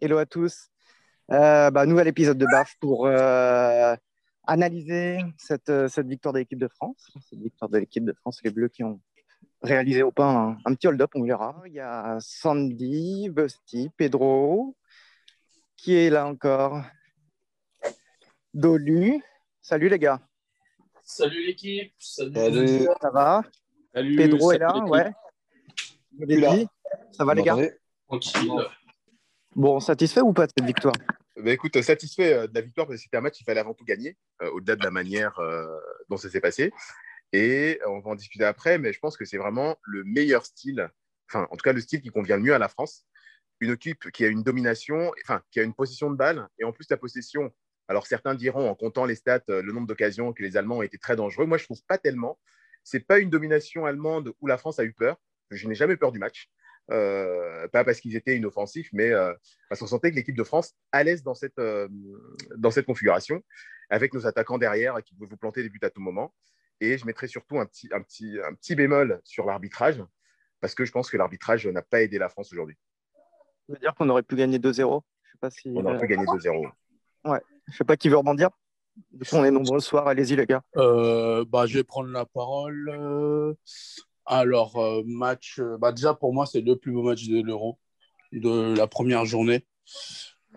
Hello à tous. Euh, bah, nouvel épisode de BAF pour euh, analyser cette, euh, cette victoire de l'équipe de France. Cette victoire de l'équipe de France, les Bleus qui ont réalisé au pain un, un petit hold-up, on verra. Il y a Sandy, Busty, Pedro, qui est là encore, Dolu. Salut les gars, Salut l'équipe. Salut. Salut. ça va Salut, Pedro est salut là, l'équipe. ouais. là. Mehdi, Ça va les gars Tranquille. Bon, satisfait ou pas de cette victoire Bah, écoute, satisfait euh, de la victoire parce que c'était un match qu'il fallait avant tout gagner, euh, au-delà de la manière euh, dont ça s'est passé. Et euh, on va en discuter après, mais je pense que c'est vraiment le meilleur style, enfin, en tout cas, le style qui convient le mieux à la France. Une équipe qui a une domination, enfin, qui a une possession de balle, et en plus, la possession. Alors, certains diront, en comptant les stats, euh, le nombre d'occasions que les Allemands ont été très dangereux. Moi, je trouve pas tellement. C'est pas une domination allemande où la France a eu peur. Je n'ai jamais eu peur du match. Euh, pas parce qu'ils étaient inoffensifs, mais euh, parce qu'on sentait que l'équipe de France à l'aise dans cette, euh, dans cette configuration, avec nos attaquants derrière qui pouvaient vous planter des buts à tout moment. Et je mettrai surtout un petit, un petit, un petit bémol sur l'arbitrage, parce que je pense que l'arbitrage n'a pas aidé la France aujourd'hui. Ça veut dire qu'on aurait pu gagner 2-0. Je sais pas si. On aurait euh, pu gagner 2-0. Je sais pas qui veut rebondir. De toute façon, on est nombreux le soir, allez-y les gars. Euh, bah, je vais prendre la parole. Euh, Alors, euh, match. euh, Bah, déjà, pour moi, c'est le plus beau match de l'Euro, de la première journée.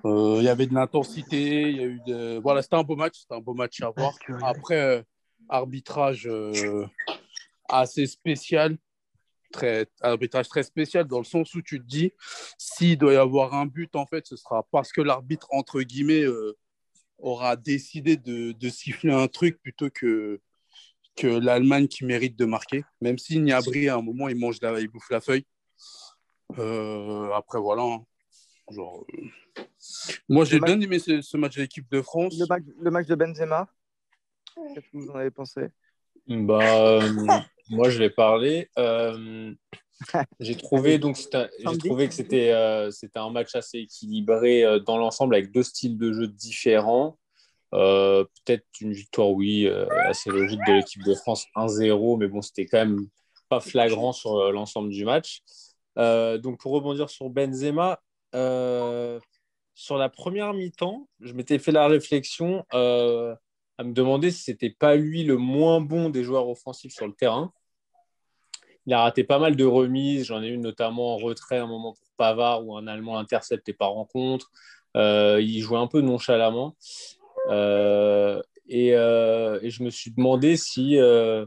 Euh, Il y avait de l'intensité. Il y a eu de... Voilà, c'était un beau match. C'était un beau match à voir. Après, euh, arbitrage euh, assez spécial. Très, arbitrage très spécial dans le sens où tu te dis s'il doit y avoir un but, en fait, ce sera parce que l'arbitre, entre guillemets, euh, aura décidé de, de siffler un truc plutôt que, que l'Allemagne qui mérite de marquer. Même si Niabri, à un moment, il, mange la, il bouffe la feuille. Euh, après, voilà. hein. Genre, euh, Moi, j'ai Le match- bien aimé ce, ce match de l'équipe de France. Le match, le match de Benzema, qu'est-ce que vous en avez pensé Bah, euh, moi, je vais parler. Euh, j'ai trouvé, donc, c'était un- j'ai Sandy. trouvé que c'était euh, c'était un match assez équilibré euh, dans l'ensemble avec deux styles de jeu différents. Euh, Peut-être une victoire, oui, euh, assez logique de l'équipe de France 1-0, mais bon, c'était quand même pas flagrant sur euh, l'ensemble du match. Euh, donc, pour rebondir sur Benzema, euh, sur la première mi-temps, je m'étais fait la réflexion euh, à me demander si c'était pas lui le moins bon des joueurs offensifs sur le terrain. Il a raté pas mal de remises, j'en ai une notamment en retrait à un moment pour Pavard où un Allemand intercepte et par rencontre. Euh, il jouait un peu nonchalamment. Euh, et, euh, et je me suis demandé si, euh,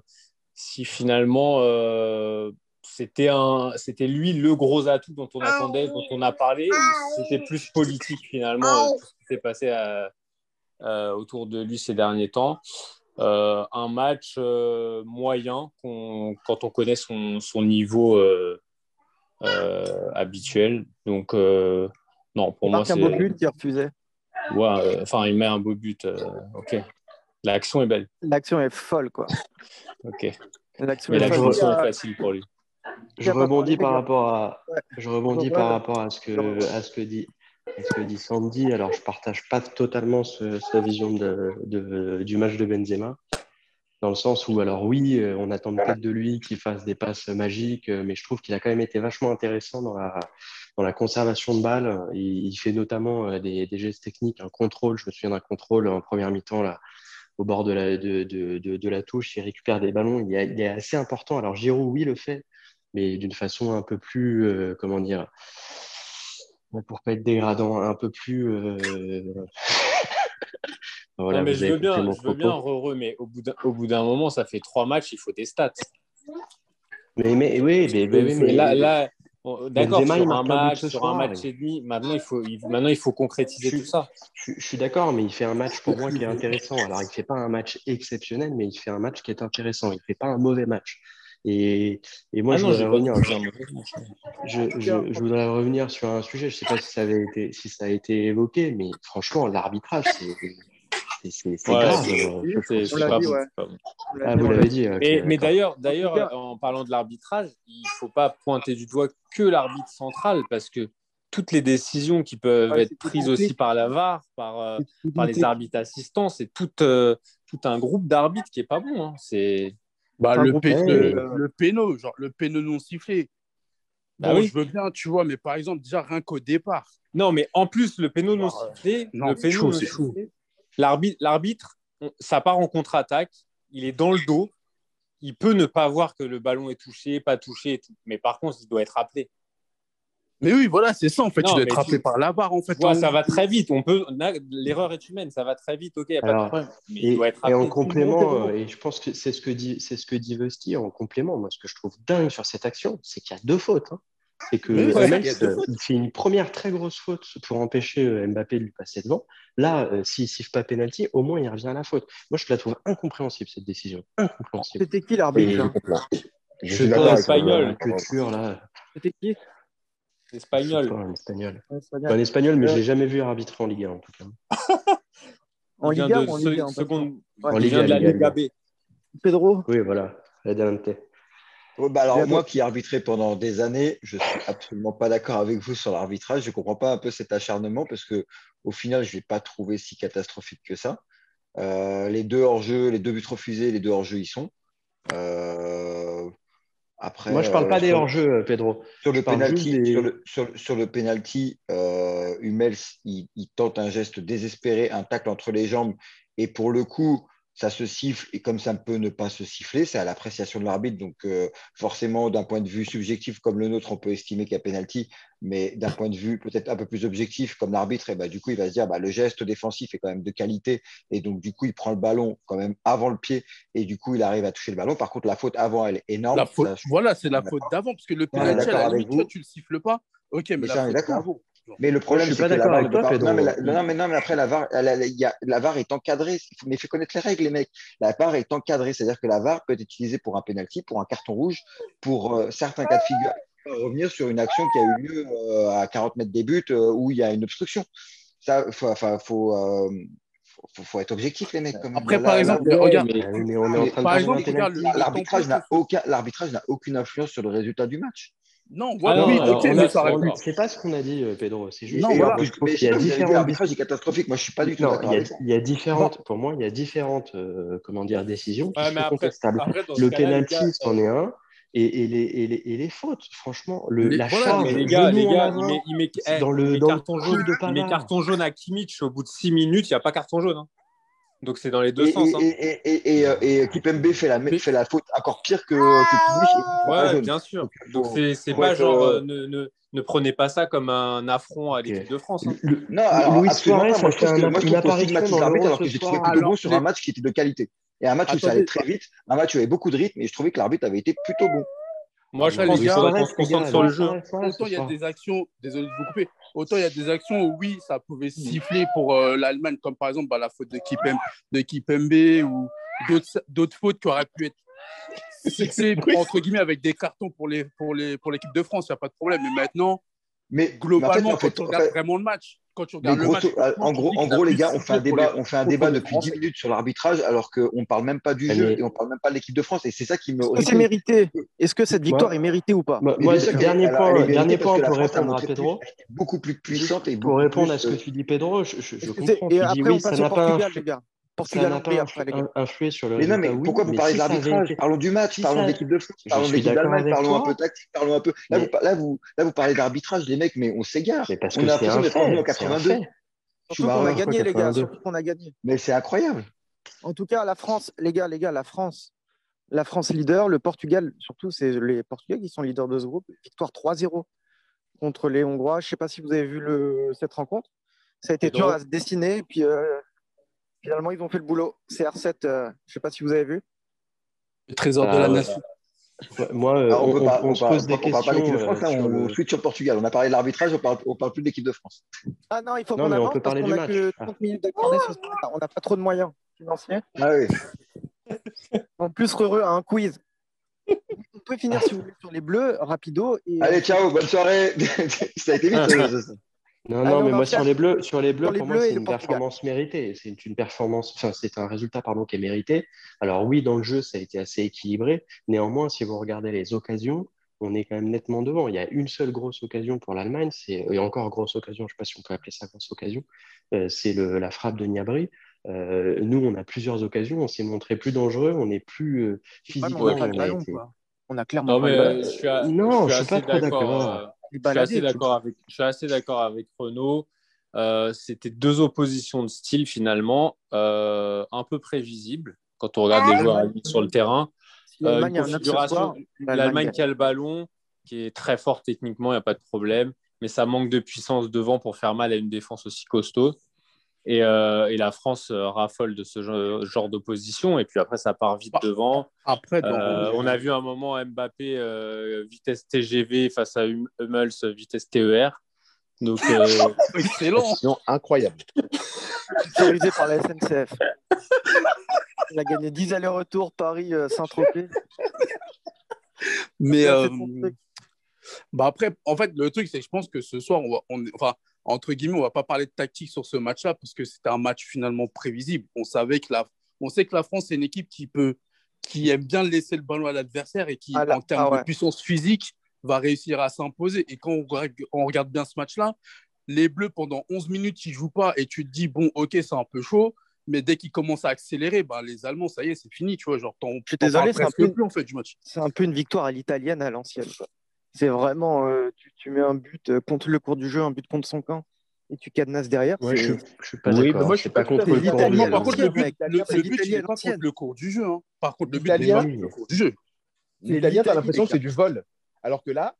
si finalement euh, c'était un- c'était lui le gros atout dont on Ah attendait, oui. dont on a parlé, ou Ah si c'était oui. plus politique finalement Ah euh, oui. tout ce qui s'est passé à- euh, autour de lui ces derniers temps. Euh, un match euh, moyen qu'on- quand on connaît son, son niveau euh, euh, habituel. Donc, euh, non, pour Il moi, marque c'est. un beau but, il refusait. Ouais, euh, enfin, il met un beau but. euh, ok. L'action est belle. L'action est folle, quoi. Ok. L'action Mais est la folle. chanson Il y est a- facile pour lui. Il y Je a pas rebondis de problème. par rapport à, Ouais. je rebondis Jean-Paul. par rapport à ce Jean-Paul. que, à ce que dit, à ce que dit Sandy. Alors, je partage pas totalement ce- sa vision de, de- du match de Benzema, dans le sens où, alors oui, euh, on attend peut-être de lui qu'il fasse des passes magiques, euh, mais je trouve qu'il a quand même été vachement intéressant dans la, dans la conservation de balles. Il, il fait notamment euh, des, des gestes techniques, un contrôle. Je me souviens d'un contrôle en première mi-temps là, au bord de la, de, de, de, de la touche, il récupère des ballons, il est, il est assez important. Alors Giroud, oui, le fait, mais d'une façon un peu plus, euh, comment dire, pour pas être dégradant, un peu plus. euh, voilà, non, mais vous je avez veux bien, compris mon je veux bien, propos. re-re, mais au bout d'un- au bout d'un moment, ça fait trois matchs, il faut des stats. Mais, mais oui, mais, mais, Eh ben Mais mais- là, là on- d'accord, Benzema, il sur un marque un but match, ce sur un soir, match mais- et demi, maintenant il faut, il- maintenant, il faut concrétiser Je- tout ça. Je, je suis d'accord, mais il fait un match pour moi qui est intéressant. Alors, il ne fait pas un match exceptionnel, mais il fait un match qui est intéressant. Il ne fait pas un mauvais match. Et, et moi, ah je non, voudrais j'ai pas dit revenir. que c'est un mauvais match. je, je- je voudrais revenir sur un sujet. Je ne sais pas si ça, avait été, si ça a été évoqué, mais franchement, l'arbitrage, c'est c'est- c'est- c'est Ouais, grave. c'est- Euh, je- C'est- on c'est l'a pas dit, bon, ouais. c'est pas bon. On l'a Ah, dit, vous on l'a l'avez dit. ok, Mais, mais d'accord. d'ailleurs, d'ailleurs, cas- euh, en parlant de l'arbitrage, il ne faut pas pointer du doigt que l'arbitre central parce que toutes les décisions qui peuvent Ouais, être c'est prises compliqué. aussi par la VAR, par, euh, Ah, dit. par les arbitres assistants, c'est tout, euh, tout un groupe d'arbitres qui est pas bon. hein. C'est Bah, Enfin, le, groupe pé- A, le, euh, le péno, genre le péno non sifflé. Bah Bon, oui. Je veux bien, tu vois, mais par exemple, déjà rien qu'au départ. Non, mais en plus, le péno non Bah, Alors, sifflé, non, le c'est péno chaud, non c'est chaud. sifflé, l'arbitre, l'arbitre, on- ça part en contre-attaque, il est dans le dos, il peut ne pas voir que le ballon est touché, pas touché, et tout. mais par contre, il doit être rappelé. Mais oui, voilà, c'est ça, en fait. tu Non, dois mais être tu- rappelé par la barre, en fait. Tu vois, en- ça va très vite, on peut, on a- l'erreur est humaine, ça va très vite, ok, y a pas de Alors, problème, mais Et, il doit être et rappelé. en complément, euh, et je pense que c'est ce que dit c'est ce que dit Vesti en complément. Moi, ce que je trouve dingue sur cette action, c'est qu'il y a deux fautes. hein. C'est que Oui, ouais, Hummels, il y a deux euh, il fait une première très grosse faute pour empêcher euh, Mbappé de lui passer devant. Là, euh, s'il siffle pas pénalty, au moins il revient à la faute. Moi, je la trouve incompréhensible cette décision, incompréhensible. C'était qui l'arbitre hein? Et- là Je suis sais d'accord pas, avec c'est Espagnol. un culture là, C'était qui C'est je sais espagnol. pas, un espagnol. Un Espagnol. Un espagnol, mais je l'ai jamais vu arbitrer en Ligue 1 en tout cas. En Il vient Ligue 1 de ou en Ligue 1 en se- seconde- Ouais. En Il Ligue vient de la 1, Liga B. Pedro Oui, voilà, la dernière. Ouais, bah Mais alors, attends. moi qui ai arbitré pendant des années, je suis absolument pas d'accord avec vous sur l'arbitrage. Je comprends pas un peu cet acharnement parce que au final, je ne l'ai pas trouvé si catastrophique que ça. Euh, les deux hors-jeu, les deux buts refusés, les deux hors-jeu, ils sont. Euh, après, Moi, je parle pas euh, des sur- hors-jeux, euh, Pedro. Sur le Je parle penalty, juste des- sur le, sur, le- sur le penalty, euh, Hummels, il, il tente un geste désespéré, un tacle entre les jambes, et pour le coup, ça se siffle, et comme ça ne peut ne pas se siffler, c'est à l'appréciation de l'arbitre. Donc, euh, forcément, d'un point de vue subjectif comme le nôtre, on peut estimer qu'il y a penalty, mais d'un point de vue peut-être un peu plus objectif comme l'arbitre, et bah, du coup, il va se dire, bah, le geste défensif est quand même de qualité, et donc, du coup, il prend le ballon quand même avant le pied, et du coup, il arrive à toucher le ballon. Par contre, la faute avant, elle est énorme. La faute, Ça, je- voilà, c'est la D'accord. faute d'avant, parce que le on est penalty, à d'accord la avec limite, vous. toi, tu le siffles pas. Ok, mais, Mais la ça, on est faute d'accord. d'avant. Mais le problème, je suis c'est pas que la d'accord VAR avec ne toi, parle- Pedro. Non, mais la- non, mais non, mais après, la VAR, elle- elle- il y a- la VAR est encadrée. Il faut- Mais il faut connaître les règles, les mecs. La VAR est encadrée. C'est-à-dire que la VAR peut être utilisée pour un pénalty, pour un carton rouge, pour euh, certains cas de figure. Elle peut Revenir sur une action qui a eu lieu euh, à 40 mètres des buts euh, où il y a une obstruction. Ça, faut, enfin, faut, euh, faut, faut- faut être objectif, les mecs. quand même. Après, Là- par là- exemple, Ouais, regarde, Euh, oui, mais on est en Mais train de par parler exemple, d'un regarde penalty. le l'arbitrage temps n'a aucun, l'arbitrage n'a aucune influence sur le résultat du match. Non, Ah voilà, non, oui, alors, ok, on mais a- ça aurait on- pu. C'est pas ce qu'on a dit, euh, Pedro. C'est juste. Non, que Et voilà. en moi, plus, je trouve mais qu'il y a sinon, vous avez dit différentes. l'arbitrage est catastrophique. Moi, je suis pas du tout Non, d'accord il y a, avec vous. il y a différentes. Pour moi, il y a différentes. euh, comment dire, décisions qui Ouais, sont mais après, contestables. après, dans ce Le cas-là, les gars, penalty, c'en est un. Et, et les, et, les, et les fautes, franchement, le, Mais la voilà, Ouais, charge, mais les le gars, les genou en gars, avant, il met, il met, c'est eh, dans le, il met dans le carton truc jaune, de il met Pavard. carton jaune à Kimmich au bout de 6 minutes, il n'y a pas carton jaune. hein. Donc c'est dans les deux Et, sens. hein. et, et, et, et, euh, et Kipembe fait la, Mais- fait la faute encore pire que, que Kimmich. et il prend pas Ouais, jaune. bien sûr. Donc, Donc c'est c'est faut pas être, genre euh, euh, ne, ne, ne prenez pas ça comme un affront à l'équipe de France. hein. Le- Non, alors, Luis Suarez absolument pas. Moi, a je fait trouve que- un- moi, je une trouve qu'on apparition stigmatise dans l'arbitre l'Euro alors ce que j'ai trouvé soir. que de Alors, bon sur les- un match qui était de qualité. Et un match où ça Attendez, allait très vite, un match où il y avait beaucoup de rythme, et je trouvais que l'arbitre avait été plutôt bon. Moi je Après, pense les qu'il gars, faudrait qu'on se Suarez, les concentre gars, sur le Luis jeu. Suarez, voilà, ce Autant il y a soir. des actions, désolé de vous couper, autant il y a des actions où oui, ça pouvait siffler pour euh, l'Allemagne, comme par exemple bah, la faute de Kipembe, de Kipembe ou d'autres d'autres fautes qui auraient pu être sifflées, entre guillemets, avec des cartons pour l'équipe les, pour les, pour l'équipe de France, il n'y a pas de problème. Mais maintenant, Mais mais en fait, globalement, en fait, quand tu en regardes fait, vraiment le match, quand tu Mais regardes le gros, euh, match, en gros, tu dis en qu'il a gros, les pu gars, on fait un siffler pour débat, les- on fait un contre débat les depuis Français. 10 minutes sur l'arbitrage, alors qu'on ne parle même pas du Ah, jeu mais- et on ne parle même pas de l'équipe de France. Et c'est ça qui me. Est-ce que c'est mérité Est-ce que cette victoire Moi- est méritée ou pas Moi, Mais moi, bien sûr qu'elle- Bah, dernier elle a- elle est point, méritée dernier parce point que la pour France a répondre à montré plus- Pedro. beaucoup plus puissante et Pour beaucoup répondre plus. à ce que euh, tu dis, Pedro, je, je- je Est-ce que c'est- comprends. Et Tu dis après, oui, on ça passe au n'a pas, Portugal, influ- les gars. ça n'a Portugal-Hongrie pas après, les gars. influ- influé sur le Mais non, résultat. mais Euh, Oui, pourquoi vous mais parlez si de ça avait l'arbitrage été- Parlons du match, si parlons ça- de l'équipe de France, Je parlons de suis l'équipe d'accord d'Allemagne, avec parlons un toi. peu tactique, parlons un peu. Là, Mais- vous, par- là, vous, là, vous parlez d'arbitrage, les mecs, mais on s'égare. Mais parce On a que c'est l'impression un d'être revenu en fait. C'est un 82. fait. Surtout qu'on a Schumacher, gagné, les gars. 82. Surtout qu'on a gagné. Mais c'est incroyable. En tout cas, la France, les gars, les gars, la France, la France leader, le Portugal, surtout, c'est les Portugais qui sont leaders de ce groupe. Victoire 3-0 contre les Hongrois. Je ne sais pas si vous avez vu le- cette rencontre. Ça a été dur Pedro. à se dessiner. et Puis euh, finalement, ils ont fait le boulot. CR7, euh, je ne sais pas si vous avez vu. Le trésor de Ah, la Euh, ouais. nation. Ouais, Moi, euh, Alors, on, on peut pas- on- on on se parle- pose des on parle pas de l'équipe questions de France, euh, là, sur on le. switch sur Portugal. On a parlé de l'arbitrage, on parle, on parle plus de l'équipe de France. Ah non, il faut Non, qu'on mais on avance peut parce parler qu'on du n'a que match. Ah. 30 minutes d'accordé sur ce point-là. On n'a pas trop de moyens financiers. Ah oui. En plus, heureux à un quiz. On peut finir, si vous voulez, sur les bleus, rapido. Et, euh, Allez, ciao, bonne soirée. ça a été Ah. vite. euh, ça. Non, Allez, non, on mais Ah en moi tient. sur les bleus, sur les bleus, Sur les pour Bleus moi, et c'est le une Portugal. performance méritée. C'est une performance, enfin, c'est un résultat pardon qui est mérité. Alors oui, dans le jeu, ça a été assez équilibré. Néanmoins, si vous regardez les occasions, on est quand même nettement devant. Il y a une seule grosse occasion pour l'Allemagne, c'est et encore grosse occasion. Je sais pas si on peut appeler ça grosse occasion. Euh, c'est le- la frappe de Niabri. Euh, nous, on a plusieurs occasions. On s'est montré plus dangereux. On est plus euh, Ouais, mais physiquement. on n'a pas le on a ballon, été- quoi. On a clairement Non, pas mais le ballon. euh, je suis, à- je Non, je suis suis pas assez trop d'accord. d'accord. euh, Il Je suis baladait, assez tout d'accord avec, je suis assez d'accord avec Renault. Euh, C'était deux oppositions de style finalement, euh, un peu prévisibles quand on regarde les joueurs L'Allemagne. sur le terrain. Si Euh, l'Allemagne une a un neuf ce configuration, soir, l'Allemagne qui a le ballon, qui est très fort techniquement, il n'y a pas de problème, mais ça manque de puissance devant pour faire mal à une défense aussi costaud. Et, euh, et la France euh, raffole de ce genre genre d'opposition, et puis après ça part vite Bah, devant. Après, dans- Euh, on a vu un moment Mbappé euh, vitesse TGV face à Hum- Hummels vitesse TER. Donc, euh, excellent. Non, incroyable. autorisé par la SNCF. Il a gagné 10 allers-retours euh, Paris-Saint-Tropez. Mais Ça, c'est euh, ton truc. bah après, en fait, le truc, c'est que je pense que ce soir, on va, on, enfin, entre guillemets, on va pas parler de tactique sur ce match-là parce que c'était un match finalement prévisible. On savait que la, on sait que la France c'est une équipe qui peut, qui aime bien laisser le ballon à l'adversaire et qui, Ah là- en termes ah ouais. de puissance physique, va réussir à s'imposer. Et quand on, regarde- on regarde bien ce match-là, les Bleus pendant 11 minutes, ils jouent pas et tu te dis bon, ok, c'est un peu chaud. Mais dès qu'ils commencent à accélérer, bah, les Allemands, ça y est, c'est fini, tu vois. Genre, t'en, suis t'en désolé, parles c'est un presque peu- plus en fait du match. C'est un peu une victoire à l'italienne à l'ancienne. quoi. C'est vraiment, euh, tu, tu mets un but euh, contre le cours du jeu, un but contre son camp, et tu cadenasses derrière. Ouais, c'est- je, je suis pas Oui, mais d'accord. moi, c'est je pas suis pas contre tout à le fait camp d'accord. du Non, L'italien, jeu. par contre, le but, mec, la le, guerre, c'est le but, il l'Italie n'est à pas l'ancienne. contre le cours du jeu. hein. Par contre, le but n'est L'Italien- pas contre le cours du jeu. L'italien, t'as l'Italie, l'impression les que c'est du vol. Alors que là,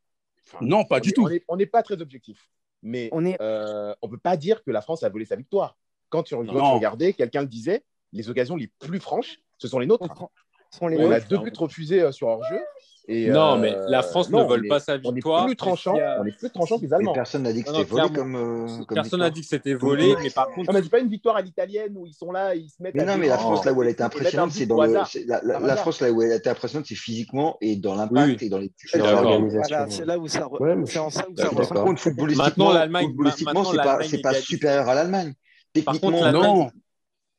enfin, Non, pas on du est- tout. on est- On n'est pas très objectif. Mais On est, euh, on ne peut pas dire que la France a volé sa victoire. Quand tu, quand tu Non. regardais, quelqu'un le disait, les occasions les plus franches, ce sont les nôtres. on prend- sont les On a nôtres. deux buts refusés euh, sur hors-jeu. Et, non, euh, mais la France non, ne vole on pas est- sa On est victoire. plus tranchant, Il euh, y a- on est plus tranchant que les Mais Allemands. personne n'a dit que Non, non, c'était volé clairement. comme. euh, comme Personne n'a victoire. dit que c'était volé, mais par On contre, n'a dit pas une victoire à l'italienne où ils sont là, ils se mettent. Mais à non, mais la deux, France, là où elle ils était mettent un impressionnante, but c'est au dans le. hasard. c'est La, la- Par la hasard. France, là où elle était impressionnante, c'est physiquement et dans Oui, l'impact et dans les suis duels. Dans d'accord. l'organisation. Voilà, c'est là où ça, re- Ouais, mais je c'est en ça où ça Je suis d'accord. ressemble. Par contre, footballistiquement, maintenant l'Allemagne, ma- footballistiquement maintenant c'est pas, l'Allemagne c'est pas égalise. supérieur à l'Allemagne. Par contre, Techniquement, l'Allemagne, Non,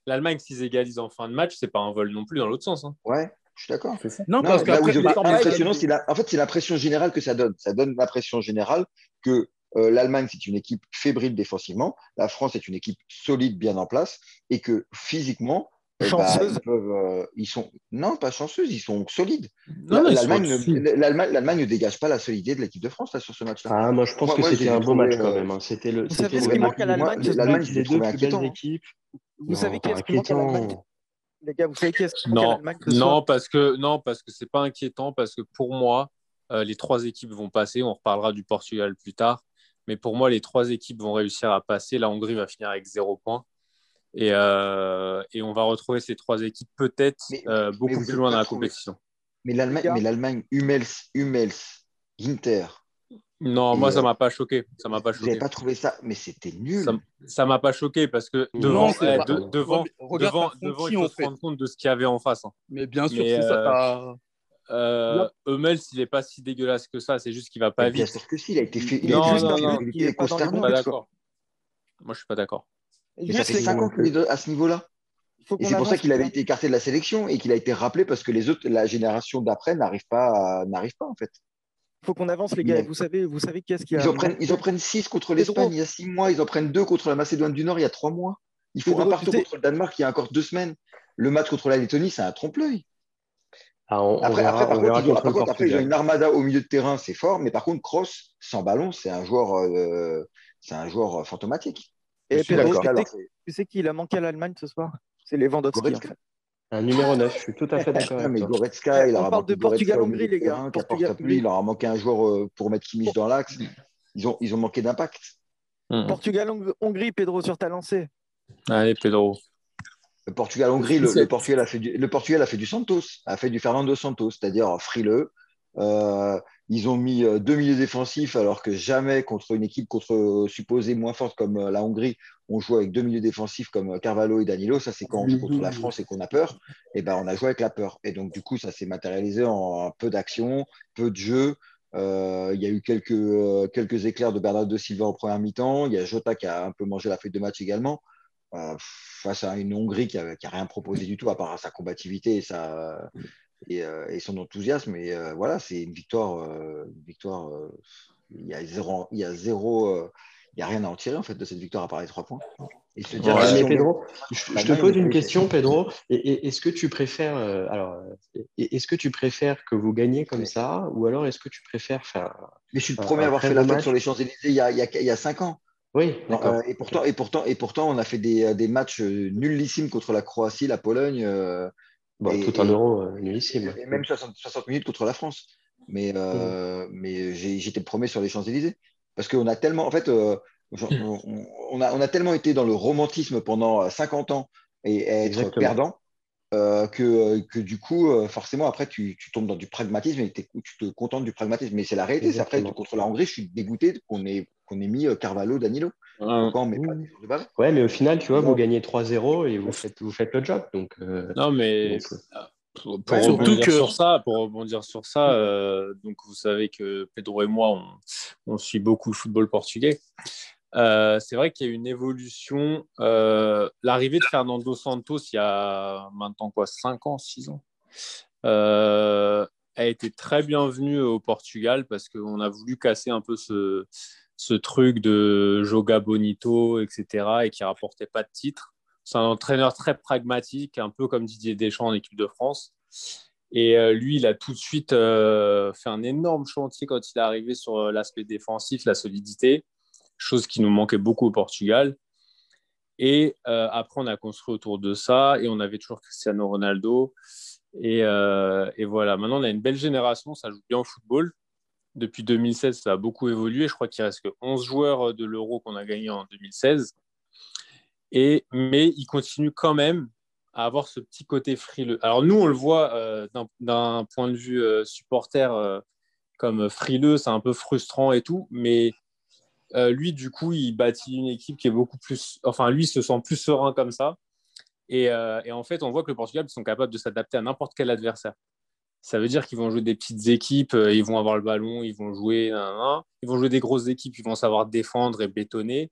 l'Allemagne s'ils égalisent en fin de match, c'est pas un vol non plus dans l'autre sens. hein. ouais, je suis d'accord. non, Non, parce là où qu'après, ils ont bah, été mais en fait, impressionnants, c'est la, en fait, c'est la pression générale que ça donne. Ça donne la pression générale que euh, l'Allemagne, c'est une équipe fébrile défensivement, la France est une équipe solide, bien en place, et que physiquement, euh, bah, Chanceuse. ils peuvent, euh, ils sont, non, pas chanceuses, ils sont solides. Non, La- non, ils sont L'Allemagne, au-dessus. ne- l'Allemagne, l'Allemagne ne dégage pas la solidité de l'équipe de France là, sur ce match-là. Ah, moi, je pense Moi- que moi, c'était j'ai un beau trouvé, match quand euh, même. hein. C'était le, Vous c'était savez ce le qui match manque à Moi, l'Allemagne ce soir l'Allemagne, je des l'ai deux trouvé plus belles inquiétant. hein. équipes. Vous savez Non, qui pas est-ce qui manque à l'Allemagne inquiétant. Les gars, vous savez qui est-ce qui manque à Non, l'Allemagne ce soir non, parce que non, parce que c'est pas inquiétant, parce que pour moi, euh, les trois équipes vont passer. On reparlera du Portugal plus tard, mais pour moi, les trois équipes vont réussir à passer. La Hongrie va finir avec zéro point, et, euh, et on va retrouver ces trois équipes peut-être Mais- euh, beaucoup vous plus êtes loin pas dans la trouvé. compétition. Mais Les l'Allemagne, gars mais l'Allemagne, Hummels, Hummels, Ginter, Non, Et, moi ça euh, m'a pas choqué, ça m'a pas vous n'avez choqué, pas trouvé ça, mais c'était ça nul. ça m'a pas choqué parce que non, devant, c'est eh, pas. de- Ouais, devant, mais regarde devant, ta devant, frontière, il faut en se fait. rendre compte de ce qu'il y avait en face. hein. Mais bien sûr, Mais, c'est ça. euh, t'as- Euh, Hummels, il est pas si dégueulasse que ça. C'est juste qu'il va pas Mais bien vite. sûr que si, il a été fait, il a Non, été, juste il un non, non. était, but il qui n'est était pas dans les consternant. pas buts. Quoi. d'accord. Moi, je suis pas d'accord. Mais ça Juste fait les gars, cinq ans qu'il est à ce niveau-là. il faut Et qu'on c'est pour ça avance. qu'il avait été écarté de la sélection et qu'il a été rappelé parce que les autres, la génération d'après n'arrive pas, à- n'arrive pas en fait. Il faut qu'on avance les gars. Mais Et vous savez, vous savez qui est-ce qui ils a en prennent, ils en prennent six contre Pedro. l'Espagne il y a six mois, ils en prennent deux contre la Macédoine du Nord il y a trois mois. Ils font un Pedro, partout tu sais- contre le Danemark il y a encore deux semaines. Le match contre la Lettonie, c'est un trompe-l'œil. Ah, on, on Après, après, verra, par on contre, verra ils ont, contre par le contre, après, ils ont Portugal. une armada au milieu de terrain, c'est fort, mais par contre, Cross, sans ballon, c'est un joueur, euh, c'est un joueur euh, fantomatique. Et Dessus, Pedro, Goretzka, tu sais, alors, c'est- tu sais qui il a manqué à l'Allemagne ce soir C'est Lewandowski en Goretzka, fait. Un numéro 9, je suis tout à fait d'accord putain, avec mais toi. Goretzka, il On aura parle manqué de Goretzka au milieu Portugal-Hongrie de les gars. hein, terrain, qu'apporte à plus, Portugal-Hongrie. il aura manqué un joueur euh, pour mettre Kimmich dans l'axe. Ils ont, ils ont manqué d'impact. Mhm. Portugal-Hongrie, Pedro sur ta lancée. Allez, Pedro. Le Portugal-Hongrie, le, le Portugal a fait du, le Portugal a fait du Santos, a fait du Fernando Santos, c'est-à-dire frileux. Euh, ils ont mis euh, deux milieux défensifs alors que jamais contre une équipe contre euh, supposée moins forte comme euh, la Hongrie, on joue avec deux milieux défensifs comme euh, Carvalho et Danilo. Ça, c'est quand on joue contre la France et qu'on a peur. Et ben, on a joué avec la peur. Et donc, du coup, ça s'est matérialisé en peu d'action, peu de jeu. Euh, il y a eu quelques, euh, quelques éclairs de Bernardo Silva en première mi-temps. Il y a Jota qui a un peu mangé la feuille de match également euh, face à une Hongrie qui n'a rien proposé du tout, à part sa combativité et, sa, et, euh, et son enthousiasme. Et euh, voilà, c'est une victoire. euh, une victoire euh, il y a zéro, il y a zéro, euh, n'y a rien à en tirer en fait de cette victoire à part les trois points. Et se Ouais, que si mais on- Pedro, je, Bah je te non, pose mais une oui, question, c'est- Pedro. Et- et- Est-ce que tu préfères, euh, alors, euh, et- est-ce que tu préfères que vous gagniez comme Oui. ça, ou alors est-ce que tu préfères faire Mais je suis le Un- premier un à avoir très fait la bon fête Euh, match. sur les Champs-Élysées il y a, il y a- il y a cinq ans. Oui, d'accord. Euh, et, pourtant, et, pourtant, et pourtant, on a fait des, des matchs euh, nullissimes contre la Croatie, la Pologne, euh, Bon, et- tout un et- euro euh, nullissime. et même 60, 60 minutes contre la France. Mais, Mm. euh, mais j'ai- j'étais le premier sur les Champs-Élysées. Parce qu'on a tellement, en fait, euh, j'en- Mm. on, on a, on a tellement été dans le romantisme pendant euh, 50 ans et à être Exactement. perdant euh, que, que du coup, euh, forcément, après, tu, tu tombes dans du pragmatisme et t'es- tu te contentes du pragmatisme. Mais c'est la réalité. C'est Après, Exactement. contre la Hongrie, je suis dégoûté qu'on ait, qu'on ait mis euh, Carvalho, Danilo. Mm. Euh, Pourquoi on met pas Oui. des joueurs de base Ouais, mais au final, tu vois, Non. vous gagnez 3-0 et vous faites, vous faites le job. Donc, euh, non, mais donc, euh, pour, pour Ouais, surtout rebondir que- Mm. sur ça, pour rebondir sur ça, euh, donc vous savez que Pedro et moi, on, on suit beaucoup le football portugais. Euh, c'est vrai qu'il y a une évolution. euh, L'arrivée de Fernando Santos il y a maintenant quoi, 5 ans, 6 ans, euh, a été très bienvenue au Portugal parce qu'on a voulu casser un peu ce, ce truc de Joga Bonito, etc., et qui rapportait pas de titre. C'est un entraîneur très pragmatique, un peu comme Didier Deschamps en équipe de France. Et euh, lui, il a tout de suite euh, fait un énorme chantier quand il est arrivé sur euh, l'aspect défensif, la solidité, chose qui nous manquait beaucoup au Portugal. Et euh, après, on a construit autour de ça et on avait toujours Cristiano Ronaldo. Et, euh, et voilà, maintenant, on a une belle génération, ça joue bien au football. Depuis 2016, ça a beaucoup évolué. Je crois qu'il reste que 11 joueurs euh, de l'Euro qu'on a gagné en 2016. Et, mais il continue quand même à avoir ce petit côté frileux. Alors nous, on le voit euh, d'un- d'un point de vue euh, supporter euh, comme frileux, c'est un peu frustrant et tout, mais euh, lui, du coup, il bâtit une équipe qui est beaucoup plus... Enfin, lui il se sent plus serein comme ça. Et, euh, et en fait, on voit que le Portugal, ils sont capables de s'adapter à n'importe quel adversaire. Ça veut dire qu'ils vont jouer des petites équipes, euh, ils vont avoir le ballon, ils vont jouer, nan, nan, nan. ils vont jouer des grosses équipes, ils vont savoir défendre et bétonner.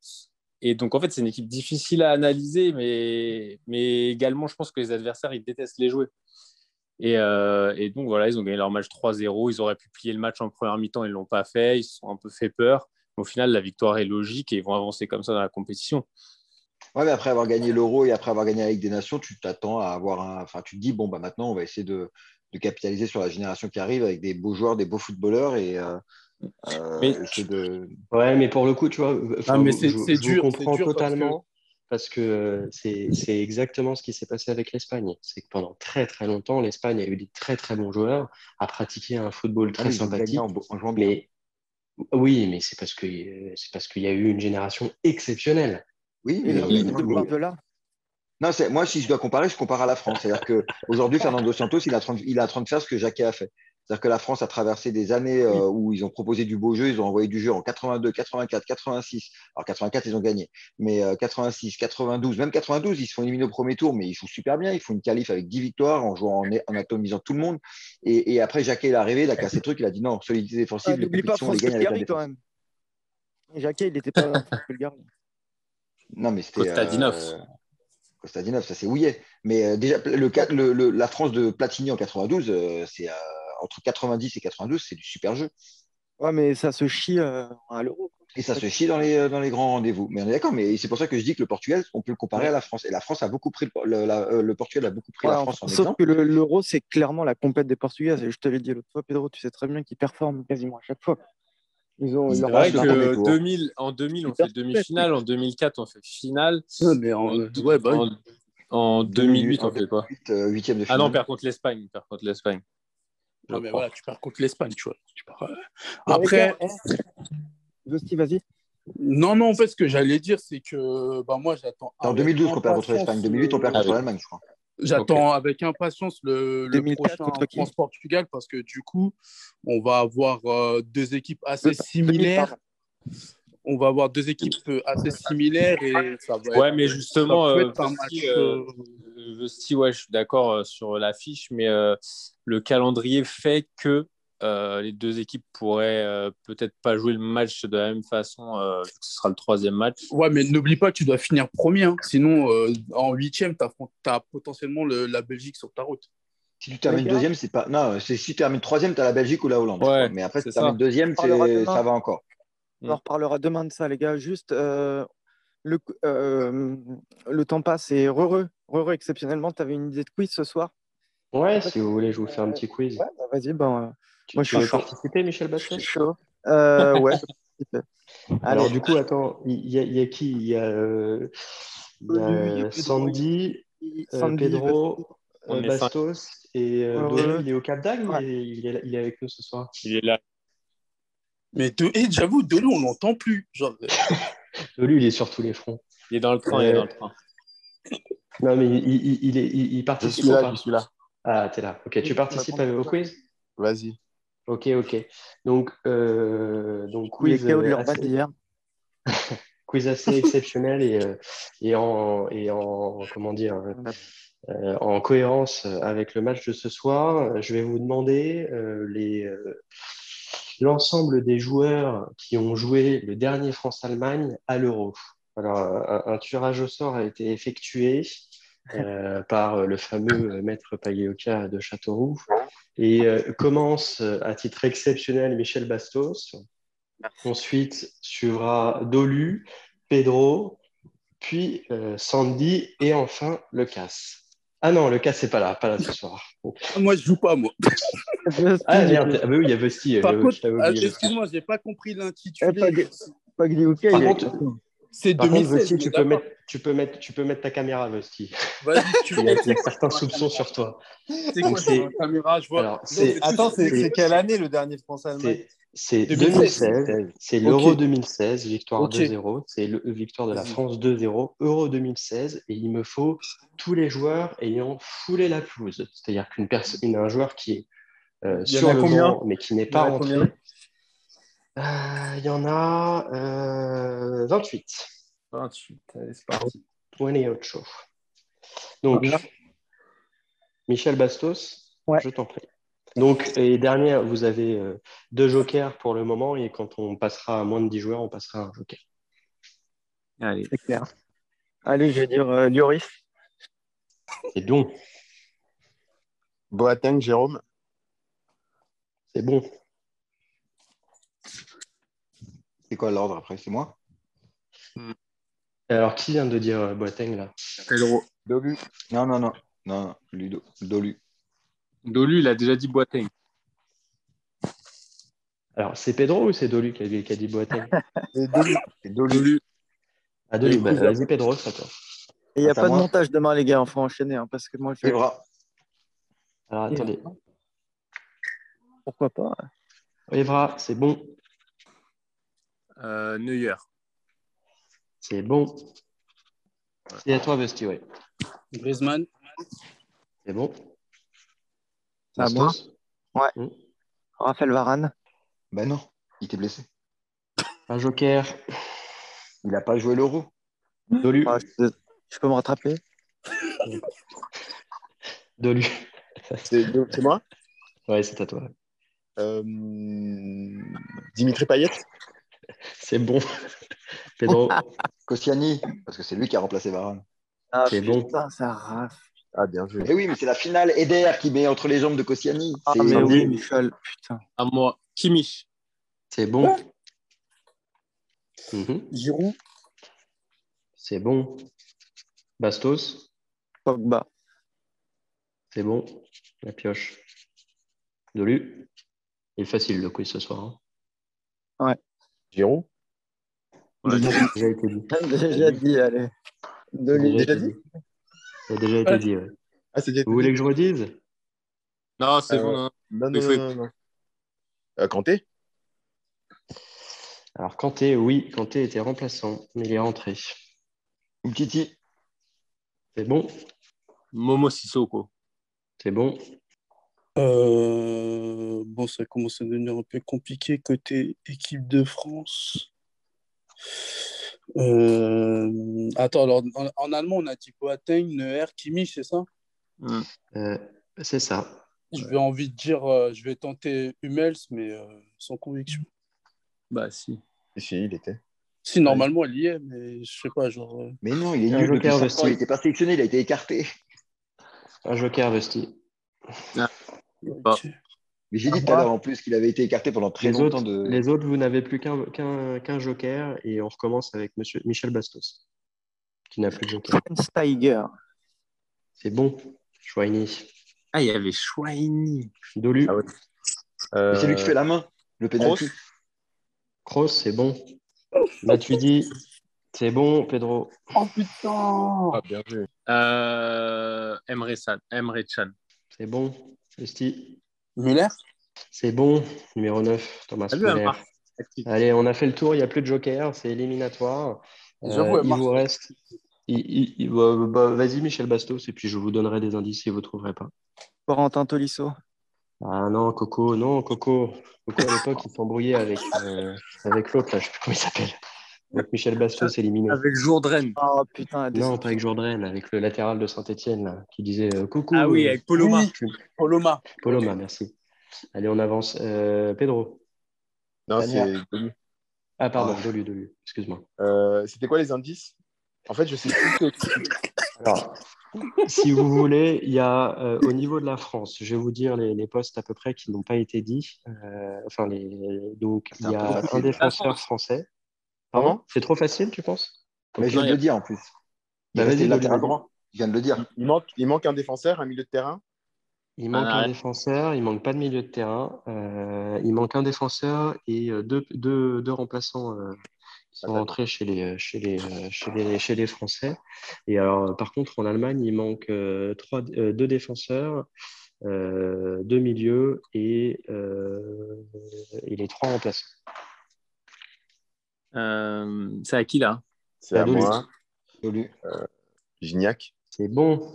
Et donc, en fait, c'est une équipe difficile à analyser, mais, mais également, je pense que les adversaires, ils détestent les jouer. Et, euh, et donc, voilà, ils ont gagné leur match 3-0. Ils auraient pu plier le match en première mi-temps, ils ne l'ont pas fait. Ils se sont un peu fait peur. Mais au final, la victoire est logique et ils vont avancer comme ça dans la compétition. Ouais, mais après avoir gagné l'euro et après avoir gagné la Ligue des Nations, tu t'attends à avoir un. Enfin, tu te dis, bon, bah maintenant, on va essayer de, de capitaliser sur la génération qui arrive avec des beaux joueurs, des beaux footballeurs et. euh, euh, Mais essayer de... ouais, mais pour le coup, tu vois, euh, enfin, Ah, mais vous- c'est- je, c'est je vous dur, comprends c'est dur parce totalement parce que, euh, c'est c'est exactement ce qui s'est passé avec l'Espagne. C'est que pendant très très longtemps, l'Espagne a eu des très très bons joueurs, a pratiqué un football Ah très oui, ils ont gagné sympathique. en, en jouant bien. Mais oui, mais c'est parce que euh, c'est parce qu'il y a eu une génération exceptionnelle. Oui, Il mais est ils ont gagné en toujours jouant un bien. peu là. Non, c'est- moi, si je dois comparer, je compare à la France. C'est-à-dire qu'aujourd'hui, Fernando Santos, il est, en train de, il est en train de faire ce que Jacquet a fait. C'est-à-dire que la France a traversé des années euh, où ils ont proposé du beau jeu, ils ont envoyé du jeu en 82, 84, 86. Alors 84, ils ont gagné. Mais euh, 86, 92, même 92, ils se font éliminer au premier tour, mais ils jouent super bien. Ils font une qualif avec 10 victoires en jouant en, en atomisant tout le monde. Et, et après, Jacquet, il est arrivé, il a cassé le truc, il a dit non, solidité défensive, Ah, les N'oublie pas compétitions, on les France gagne avec la Bulgarie quand défense. même. Jacquet, il n'était pas France Bulgarie. Non, mais c'était. Kostadinov. euh, Kostadinov, ça c'est ouillet. Mais euh, déjà, le, ca- le- le- la France de Platini en 92, euh, c'est euh, entre 90 et 92, c'est du super jeu. Ouais, mais ça se chie euh, à l'euro. quoi. Et ça se chie dans les, euh, dans les grands rendez-vous. Mais on est d'accord, mais c'est pour ça que je dis que le Portugal, on peut le comparer à la France. Et la France a beaucoup pris, le, Por- le- la- euh, le Portugal a beaucoup pris Ouais, la en- France en sauf que exemple. le- l'euro, c'est clairement la compète des Portugais. Et je te l'ai dit l'autre fois, Pedro, tu sais très bien qu'ils performent quasiment à chaque fois. Ils ont C'est leur C'est vrai passe le premier que tour. 2000, en 2000, on fait demi-finale. En 2004, on fait finale. que. Ouais, mais en- ouais, bah oui. En, en 2008, on fait quoi Huit, euh, Huitième de Ah finale. non, on perd contre l'Espagne. on perd contre l'Espagne. Je Non, mais crois. voilà, tu pars contre l'Espagne, tu vois. Tu pars, euh, Mais les Après, gars, hein, Dosti, vas-y. non, non, en fait, ce que j'allais dire, c'est que bah, moi, j'attends. C'est en avec 2012 qu'on perd contre impatience l'Espagne. 2008, on perd le- contre Ah oui. l'Allemagne, je crois. J'attends avec impatience le, le 2004 prochain contre qui France-Portugal parce que du coup, on va avoir euh, deux équipes assez Deux- similaires. pardon. On va avoir deux équipes euh, assez similaires et ça va Ouais, être- mais justement, ça peut euh, être un Vosti, match, euh, Vosti, ouais, je suis d'accord euh, sur l'affiche, mais euh, le calendrier fait que euh, les deux équipes pourraient euh, peut-être pas jouer le match de la même façon, euh, vu que ce sera le troisième match. Ouais, mais n'oublie pas que tu dois finir premier. hein. Sinon, euh, en huitième, tu as potentiellement le- la Belgique sur ta route. Si Ah tu termines gars- deuxième, c'est pas. Non, c'est si tu termines troisième, tu as la Belgique ou la Hollande. je Ouais, crois. Mais après, si c'est tu ça. Oh, termines deuxième, On parlera c'est- demain. ça va encore. On en reparlera demain de ça, les gars. Juste, euh, le, euh, le temps passe et heureux, heureux exceptionnellement, tu avais une idée de quiz ce soir Ouais, si vous voulez, je vous fais un petit quiz. Ouais, bah, vas-y, ben, euh, Tu, moi, je tu suis veux chaud. participer, Michel je suis Bastos chaud. Euh, ouais. Alors Allez. du coup, attends, il y, a- il y a qui Il y a, euh, il y a, euh, Lui, il y a Pedro, Sandy, euh, Sandy, Pedro, On euh, est cinq. Bastos et euh, Ouais, Dono, ouais. il est au Cap d'Agde, Ouais. il, est- il est là- il est avec nous ce soir. Il est là. Mais de... et j'avoue, de l'eau, on n'entend plus. Genre, euh, Lui, il est sur tous les fronts. Euh, Il est dans le train. Il est dans le train. Non, mais il, il- il est- il- il Je participe suis ou là, pas je suis là. Ah, t'es là. Ok, tu participes à- au quiz Vas-y. Ok, ok. Donc, euh, donc Les quiz, chaos de euh, l'urbain assez, d'hier. quiz assez exceptionnel et, euh, et, en, et en, comment dire, euh, en cohérence avec le match de ce soir, euh, je vais vous demander euh, les, euh, l'ensemble des joueurs qui ont joué le dernier France-Allemagne à l'Euro. Alors, un, un tirage au sort a été effectué euh, par euh, le fameux euh, maître Pagliocca de Châteauroux et euh, commence euh, à titre exceptionnel Michel Bastos. Ensuite suivra Dolu, Pedro, puis euh, Sandy et enfin le Casse. Ah non, le Casse n'est pas là, pas là ce soir. moi, je joue pas, moi. Ah merde, ah bah oui, il y a Busty. Par j'avais- contre, j'avais ah, oublié Busty. excuse-moi, j'ai pas compris Eh, pas de- l'intitulé. Pagliuca, Par il est- contre- C'est Par contre, 2016. Busty, on tu est peux, d'accord. mettre, tu, peux mettre, tu peux mettre ta caméra, Busty. Vas-y, tu Il y a, il y a certains soupçons sur toi. C'est Donc, quoi c'est- c'est caméra Je vois. Alors, c'est Attends, Euh, c'est c'est- c'est quelle année le dernier Français-Allemagne c'est- c'est 2016. 2016, c'est l'Euro Ok. 2016, victoire Ok. 2-0, c'est le- victoire de la Vas-y. France 2-0, Euro 2016, et il me faut tous les joueurs ayant foulé la pelouse. C'est-à-dire qu'une personne, un joueur qui est euh, Il y en sur a le combien banc, mais qui n'est en pas a rentré. combien Euh, Il y en a euh, 28. 28. Allez, c'est parti. 28. Donc, Michel Bastos, Ouais. je t'en prie. Donc, et dernière, vous avez euh, deux jokers pour le moment, et quand on passera à moins de 10 joueurs, on passera à un joker. Allez. C'est clair. Allez, je vais dire euh, Lloris. C'est donc, Boateng, Jérôme. c'est bon. C'est quoi l'ordre après C'est moi Alors, qui vient de dire euh, Boateng là Pedro. Dolu. Non, non, non. Non, non. Ludo. Dolu. Dolu, il a déjà dit Boateng. Alors, c'est Pedro ou c'est Dolu qui a, qui a dit Boateng C'est Dolu. C'est Dolu. Dolu. Ah, Dolu, Oui, bah, oui, oui. vas-y, Pedro, ça toi. Et il n'y a Attends, pas de moi. montage demain, les gars, on faut enchaîner, hein, parce que moi, je vais... Evra. Alors, attendez. Pourquoi pas euh, Evra, c'est bon. Euh, Neuer. C'est bon. C'est à toi, Busty, oui. Griezmann. C'est bon. C'est à moi Bastos Ouais. Mmh. Raphaël Varane. Ben non. Il t'est blessé. Un joker. Il n'a pas joué l'euro. Dolu. Ah, je, je peux me rattraper Dolu. C'est c'est moi Ouais, c'est à toi. Euh, Dimitri Payet C'est bon. Pedro, Kosciani. Parce que c'est lui qui a remplacé Varane. Ah, C'est bon. Putain, ça rafle. Ah, bien joué. Eh oui, mais c'est la finale. Eder qui met entre les jambes de Kosciani. Ah, C'est- mais Sandy. oui, Michel, putain. À moi. Kimmich. c'est bon. Mhm. Giroud. C'est bon. Bastos, Pogba. c'est bon. La pioche. Dolu. Il est facile le quiz ce soir. hein. Giroud Ouais. Déjà, déjà été dit. J'ai déjà dit, allez. De lui. Euh, déjà été dit Ça a déjà été dit. ouais. Ah, c'est déjà Vous voulez que je redise Non, c'est Euh, bon. hein. non. Non, non, Mais non, faut- non, non. Euh, Kanté Alors, Kanté, oui, Kanté était remplaçant, mais il est rentré. Umtiti. C'est bon. Momo Sissoko. C'est bon. Euh, bon, ça commence à devenir un peu compliqué côté équipe de France. Euh, attends, alors en, en allemand, on a dit Boateng, Neuer, Kimmich, c'est ça Euh, c'est ça. Je vais envie de dire, euh, je vais tenter Hummels, mais euh, sans conviction. Bah si. Si, il était. Si, normalement, elle y est, mais je sais pas, genre. euh, Mais non, il est Un nul depuis joker, 5 Vesti. ans. Il n'était pas sélectionné. Il a été écarté. Un joker, Vesti. euh, Bah. ok. pas. Mais j'ai Ah, dit tout à moi. l'heure en plus qu'il avait été écarté pendant très Les longtemps autres, de. les autres, vous n'avez plus qu'un qu'un- qu'un joker et on recommence avec monsieur Michel Bastos, qui n'a plus de joker. Steiger. C'est bon, Chouaini. Ah, il y avait Chouaini. Dolu, Ah ouais. Euh, Mais C'est lui euh, qui fait la main, le pénalty. Kroos, c'est bon. Matuidi, c'est bon, Pedro. Oh putain Ah, bien vu. Euh, Emre, San- Emre Chan. C'est bon, Esti. Muller C'est bon, numéro 9, Thomas Salut, Müller. Amar. Allez, on a fait le tour, il n'y a plus de joker, c'est éliminatoire. Euh, J'avoue, elle il marche. vous reste. il- il- il- bah, bah, Vas-y, Michel Bastos, et puis je vous donnerai des indices si vous ne trouverez pas. Corentin Tolisso. Ah non, Coco, non, Coco. Coco, à l'époque, il s'embrouillait avec, euh, avec l'autre, là, je ne sais plus comment il s'appelle. Avec Michel Bastos éliminé. Avec Jourdren. Oh putain, Non, pas avec Jourdain, avec le latéral de Saint-Etienne qui disait euh, Coucou. Ah oui, euh, avec Poloma. je suis- Poloma. Poloma, merci. Allez, on avance. Euh, Pedro. Non, c'est. Manière. Ah, pardon, Ah. Dolu, Dolu, excuse-moi. Euh, C'était quoi les indices En fait, je sais plus. que- Alors, si vous voulez, il y a euh, au niveau de la France, je vais vous dire les, les postes à peu près qui n'ont pas été dits. Euh, enfin, les, donc, il y un peu a un facile. défenseur français. Pardon C'est trop facile, tu penses Mais je viens non, de le dire en plus. Il Bah, est resté vas-y, latéral Dolu, Dolu. droit. Je viens de le dire. Il, il manque, il manque un défenseur, un milieu de terrain. Il manque Ah, un ouais. défenseur, il manque pas de milieu de terrain, euh, il manque un défenseur et euh, deux, deux, deux remplaçants euh, qui sont Attaquant. rentrés chez les, chez, les, euh, chez, les, chez les Français. Et alors, euh, par contre, en Allemagne, il manque euh, trois, euh, deux défenseurs, euh, deux milieux et, euh, et les trois remplaçants. Euh, c'est à qui là C'est à Dolu. moi. Euh, Dolu. Gignac. C'est bon.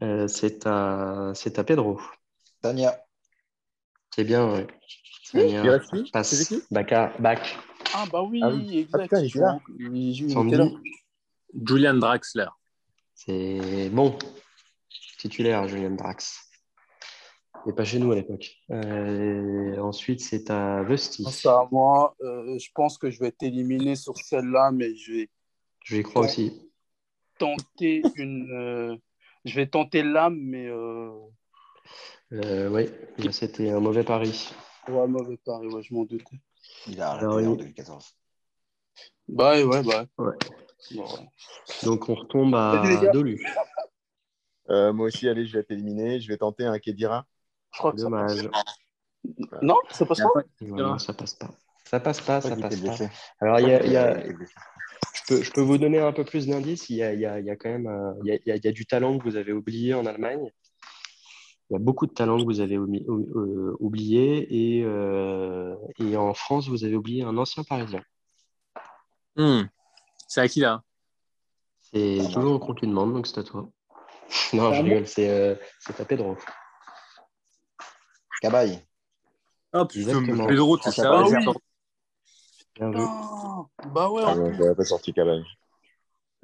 Euh, c'est à, c'est à Pedro. Tania. C'est bien, ouais. Il Tania, reste qui C'est passe, qui Baka, Bak, Ah bah oui, Ah oui. Ah, exact. putain, il était là. Il joue, il était là. Sandy. Julian Draxler. C'est bon. Titulaire, Julien Drax. Il n'est pas chez nous à l'époque. Euh, ensuite, c'est à Vesti. Pense à moi, euh, je pense que je vais t'éliminer sur celle-là, mais je vais Je y crois Bon. aussi. tenter une. euh, je vais tenter l'âme, mais euh, oui, Euh, c'était un mauvais pari. ouais, mauvais pari, ouais, je m'en doute. Il a arrêté Alors, en il- 2014. Bah ouais, ouais, bah Ouais. Bon, ouais. Donc, on retombe Salut, les à gars. Dolu. Euh, moi aussi, allez, je vais t'éliminer. Je vais tenter un Kedira. Je crois que ça passe. Dommage. Non, ça passe Il y a Ah, pas. pas- Non, ça passe pas. Ça passe pas, Ah, ça Il était passe pas. blessé. Alors, il y a- il y a, Il était blessé. je, peux, je peux vous donner un peu plus d'indices. Il, y a- il y a il y a quand même euh, il y a, il y a- il y a du talent que vous avez oublié en Allemagne. Il y a beaucoup de talent que vous avez oumi- ou- euh, oublié. Et, euh, et en France, vous avez oublié un ancien Parisien. Hmm. C'est à qui là C'est Ah, moi. toujours au compte une demande, donc c'est à toi. Non, je rigole, c'est euh, c'est à Pedro. Cabaye. Ah Exactement. Pedro, tu Français ça va Ah oui. Bien vu. Non. Bah ouais, Ah en non, plus. j'aurais pas sorti Cabaye.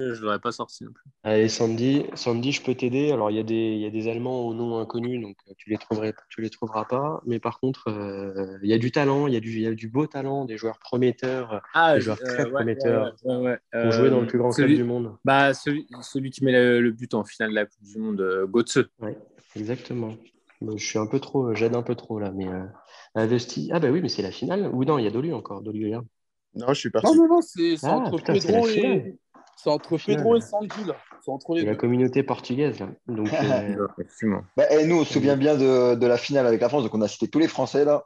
Je l'aurais pas sorti non plus. Allez, Sandy, Sandy, je peux t'aider. Alors, il y, a des- il y a des Allemands au nom inconnu, donc euh, tu les trouverais, tu les trouveras pas. Mais par contre, euh, il y a du talent, il y, a du- il y a du beau talent, des joueurs prometteurs Ah, Des joueurs euh, très ouais, prometteurs. ouais, ouais, ouais, ouais. pour Euh, jouer dans le plus grand club celui- du monde. Bah, celui, celui qui met le, le but en finale de la Coupe du Monde, euh, Götze. Exactement. Bon, Je suis un peu trop, euh, j'aide un peu trop là, mais euh, investi. Ah bah oui, mais c'est la finale. Ou non, il y a Dolu encore. Dolu, regarde. Non, je suis parti. Non, non, non, c'est c'est Ah, entre putain, c'est la Pedro finale. et. C'est entre Finale. Pedro et Sandy, là. C'est entre les De la deux. communauté portugaise là. Donc, euh, Effectivement. Bah, eh, nous, on se souvient bien de, de la finale avec la France, donc on a cité tous les Français là.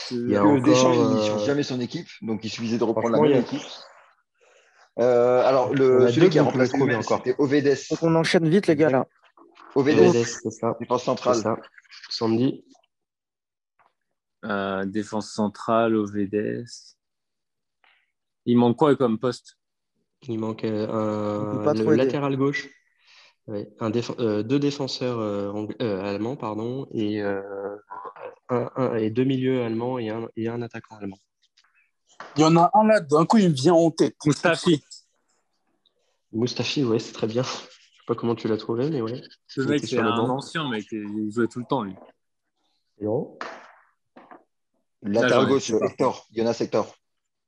il y a Que Deschamps, encore. il ne euh, change jamais son équipe, donc il suffisait de reprendre la franchement, il y même a- équipe. Euh, alors, Il y en le, a celui deux qui a que vous pouvez remplacé trouver Hummels, encore. c'était Ovedes. Donc on enchaîne vite, les gars, là. Ovedes, Mendes, c'est ça, défense c'est centrale. ça. Sandy, Euh, défense centrale, OVDS. Il manque quoi comme poste il manque euh, On un peut pas le trop aider. latéral gauche. Ouais, un défe- euh, deux défenseurs euh, ang- euh, allemands pardon, et, euh, un- un- et deux milieux allemands et un, et un attaquant allemand. Il y en a un là, d'un coup, il me vient en tête. Moustafi. Moustafi, ouais, c'est très bien. Je sais pas comment tu l'as trouvé, mais ouais. Le Il mec, était c'est sur le un banc. ancien mec. Il jouait tout le temps, lui. Pedro, Là, Latéral j'en ai gauche, euh, plus, par Hector, Jonas Hector.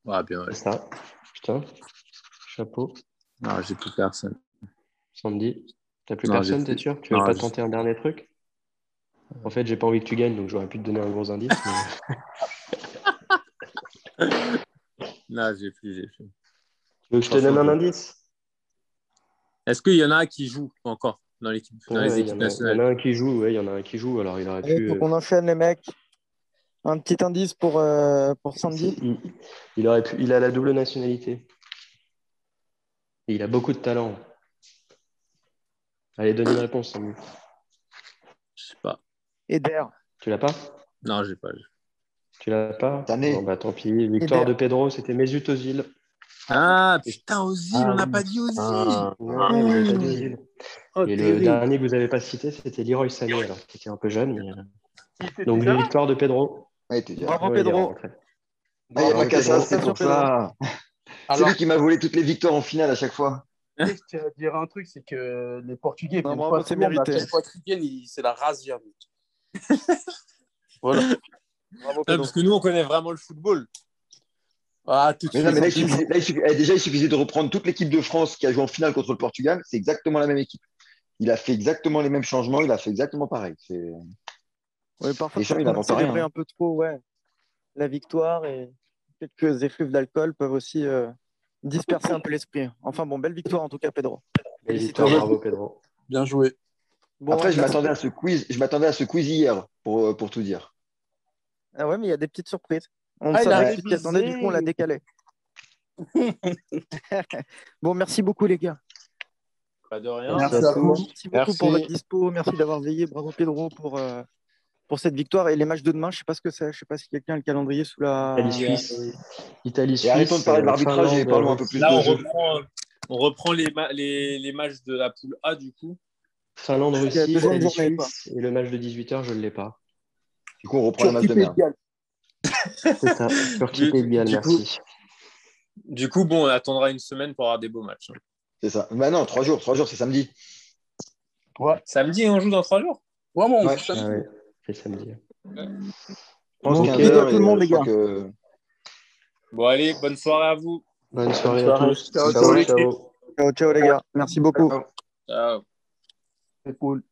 Ah, bien, ouais. C'est ça. Putain. Chapeau. Non, j'ai plus personne. Sandy. T'as plus Non, j'ai personne, plus- t'es sûr Tu veux non, pas je- tenter un dernier truc En fait, j'ai pas envie que tu gagnes, donc j'aurais pu te donner un gros indice. mais- Non, j'ai plus, j'ai plus. Tu veux que je te donne un indice Est-ce qu'il y en a un qui joue encore dans, l'équipe, dans Ouais, les il y en équipes a- Il nationales y en a un qui joue, ouais, il y en a un qui joue, alors il aurait Allez, pu. faut euh, qu'on enchaîne, les mecs. Un petit indice pour, euh, pour Sandy. Il, il aurait pu, il a la double nationalité. Et il a beaucoup de talent. Allez, donne une réponse, Samu. Je sais pas. Eder. Tu l'as pas Non, j'ai pas. Tu l'as pas Tanné. Bon, bah, tant pis. Victoire Hébert. de Pedro, c'était Mesut Ozil. Ah, putain, Ozil, Ah on n'a oui. pas dit Ozil. Ouais, Mesut Ozil. Ah, Oh, Et le terrible. dernier que vous n'avez pas cité, c'était Leroy Sané, alors qui était un peu jeune. mais, euh, Donc, victoire de Pedro. Ouais, t'es bien. Bravo, Ouais, il est Pedro. rentré. Ah, il y a Bravo, ma casa, Pedro. c'est pour Pedro. ça. C'est Alors, lui qui m'a volé toutes les victoires en finale à chaque fois. je tiens à dire un truc, c'est que les Portugais, Non, viennent bravo, pas c'est tout le monde, mérité. mais à chaque fois qu'ils viennent, ils- c'est la razzia. mec. voilà. Bravo, Non, Pedro. Ah, parce que nous, on connaît vraiment le football. Ah, tout de Mais suite. non, mais là, il on dit- suffisait- là, il suffisait- eh, déjà, il suffisait de reprendre toute l'équipe de France qui a joué en finale contre le Portugal. C'est exactement la même équipe. Il a fait exactement les mêmes changements. Il a fait exactement pareil. C'est- Ouais, parfois, Les gens, je trouve qu'on a ils n'inventent rien, célébré hein. un peu trop ouais, la victoire et quelques effluves d'alcool peuvent aussi euh, disperser un peu l'esprit. Enfin bon, belle victoire en tout cas, Pedro. Belle Félicitations. victoire, bravo, Pedro. Bien joué. Bon, Après, je Atlas- m'attendais à ce quiz. Je m'attendais à ce quiz hier pour, euh, pour tout dire. Ah ouais, mais il y a des petites surprises. On ne Ah, il a savait plus ce qu'il révisé. attendait, du coup, on l'a décalé. bon, merci beaucoup, les gars. Pas de rien. Merci Merci à à tous. vous. Merci beaucoup Merci. pour votre dispo. Merci d'avoir veillé. Bravo, Pedro, pour, euh, pour cette victoire. Et les matchs de demain, je ne sais pas ce que c'est. Je ne sais pas si quelqu'un a le calendrier sous la. Italie-Suisse. Italie-Suisse. Et arrêtons de parler de euh, l'arbitrage et Finlande, parlons un peu plus Là, de on jeu. reprend, euh, on reprend les, ma- les, les matchs de la poule A, du coup. C'est la Finlande-Russie, deuxième journée, Italie-Suisse. Et le match de 18h, je ne l'ai pas. Du coup, on reprend le match Turquie, de Pays de merde. Galles. C'est ça. Turquie, Du- Pays de Galles, du coup- merci. Du coup, bon, on attendra une semaine pour avoir des beaux matchs. hein. C'est ça. Bah non, trois jours. Trois jours, c'est samedi. Samedi, on joue dans trois jours. Vraiment, Ouais. putain. Ah ouais, c'est samedi. France, Ok. 15 Bisous à heures, tout le et, monde, euh, les je crois gars. que- Bon, allez, bonne soirée à vous. Bonne soirée, à soirée. tous. Ciao, ciao. ciao. ciao. Ciao, ciao, les gars. Merci beaucoup. Ciao. C'est cool.